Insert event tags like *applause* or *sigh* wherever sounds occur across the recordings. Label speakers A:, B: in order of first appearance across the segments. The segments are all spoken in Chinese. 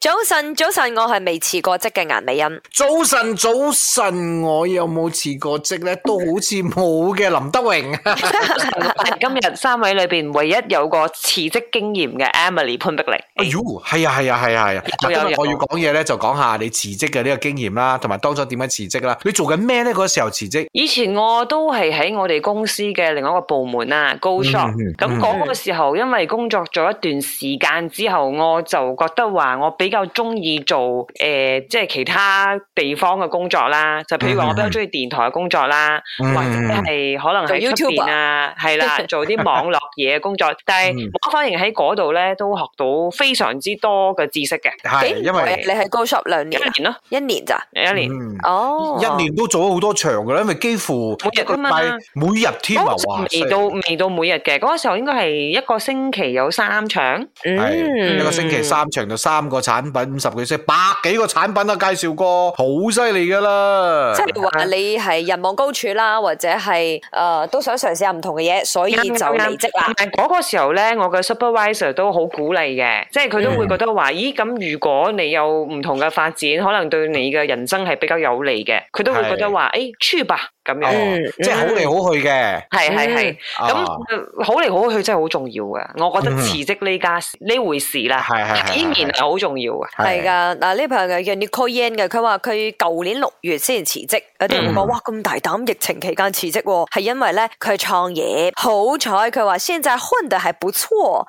A: 早晨，早晨，我係未辭過職嘅顏美欣。
B: 早晨，早晨，我有冇辭過職咧？都好似冇嘅，林德榮。
C: 我係今日三位裏边唯一有個辭職經驗嘅 Emily 潘碧
B: *laughs* 哎
C: 玲，
B: 呦，係啊，係啊，係啊，係啊。
C: 有有
B: 嗱，今日
C: 有
B: 我要講嘢咧，就講下你辭職嘅呢個經驗啦，同埋當初點樣辭職啦。你做緊咩咧？嗰時候辭職，
C: 以前我都係喺我哋公司嘅另外一個部門啦，Go Shop
B: 嗯嗯。
C: 咁嗰個時候，因為工作咗一段時間之後，我就覺得話我比較中意做诶、呃即係其他地方嘅工作啦。就譬如話，我比較中意電台嘅工作啦，或者
B: 嗯，
C: 係可能喺
A: 做
C: 出
A: YouTuber
C: 边啊，係啦，做啲網絡嘢嘅工作。但
B: *laughs*
C: 係
B: 嗯
C: 我反而喺嗰度咧，都學到非常之多嘅知識嘅。
B: 係
A: 幾
B: 因
A: 耐啊
B: 為
A: 你喺高 shop 兩
C: 一
A: 年啊，
C: 年咯，
A: 一年咋？
C: 一年。
B: 嗯
A: 哦，
B: 一年都做咗好多場㗎啦，因為幾乎
C: 每日㗎嘛
B: 一個禮拜每日添啊，
C: 嗰
B: 哇！
C: 個時未到未到每日嘅，嗰、個時候應該係一個星期有三場，
B: 係
A: 嗯，
B: 一個星期三場到三個產品，五十幾隻百幾個產品都介紹過，好犀利㗎啦
A: 即。係話你係人望高處啦，或者係诶、呃都想嘗試下唔同嘅嘢，所以就離職啦
B: 啊
C: 同。埋嗰個時候咧，我嘅 supervisor 都好鼓勵嘅，即係佢都
B: 嗯
C: 會覺得話：咦，咁如果你有唔同嘅發展，可能對你嘅人生係比較有利嘅，佢都會覺得話：誒，去吧咁
B: 哦
C: 樣。
A: 嗯
B: 即係好嚟好去嘅。
C: 係係係
A: 嗯，
C: 咁
B: 啊
C: 呃好嚟好去真係好重要嘅，我覺得
B: 嗯
C: 辭職呢家呢回事啦，
B: 係係係係
C: 體面係好重要嘅。
A: 係噶，嗱呢朋友叫 Nicole Yan 嘅，佢話佢舊年六月先辭職，有啲人會講
B: 嗯
A: 哇咁大膽，疫情期間辭職喎，係因為咧佢創業，好彩佢話現在混得還不
B: 哦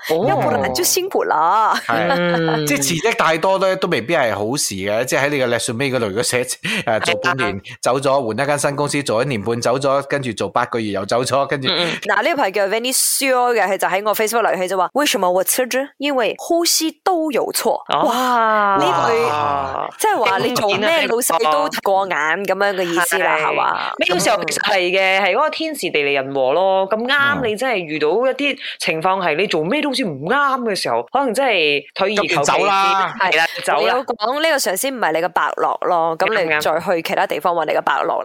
A: 錯，要不然就辛苦啦。
B: 係。
C: 嗯
B: 即係辭職太多咧，都未必係好事嘅。即係喺你嘅 resume 嗰度，如果寫誒做半年走咗，換一間新公司做一年半走咗，跟住做八個月又走咗，跟住
C: 嗯
A: 嗱，呢個朋友叫 Vanny Shaw 嘅，佢就喺我 Facebook 嚟，佢就話：為什麼我辭職？因為呼吸都有錯。
C: 嗯
A: 哇！
C: 哇！
B: 呢
A: 即係話你做
C: *laughs* 經典啊
A: 咩
C: 呢
A: 老
C: 個
A: 細都過眼咁樣嘅意思啦，係嘛？
C: 呢個時
B: 啊
C: 候其實係嘅，係嗰個天時地利人和咯。咁啱
B: 嗯
C: 你真係遇到一啲情況係你做咩都好似唔啱嘅時候，可能真係退而求
B: 咁
C: 其
B: 就走啦
C: 次係啦，走
A: 你有
C: 啦。
A: 講呢個上司唔係你嘅伯樂咯，咁
C: 啱
A: 你
C: 啱
A: 再去其他地方揾你嘅伯樂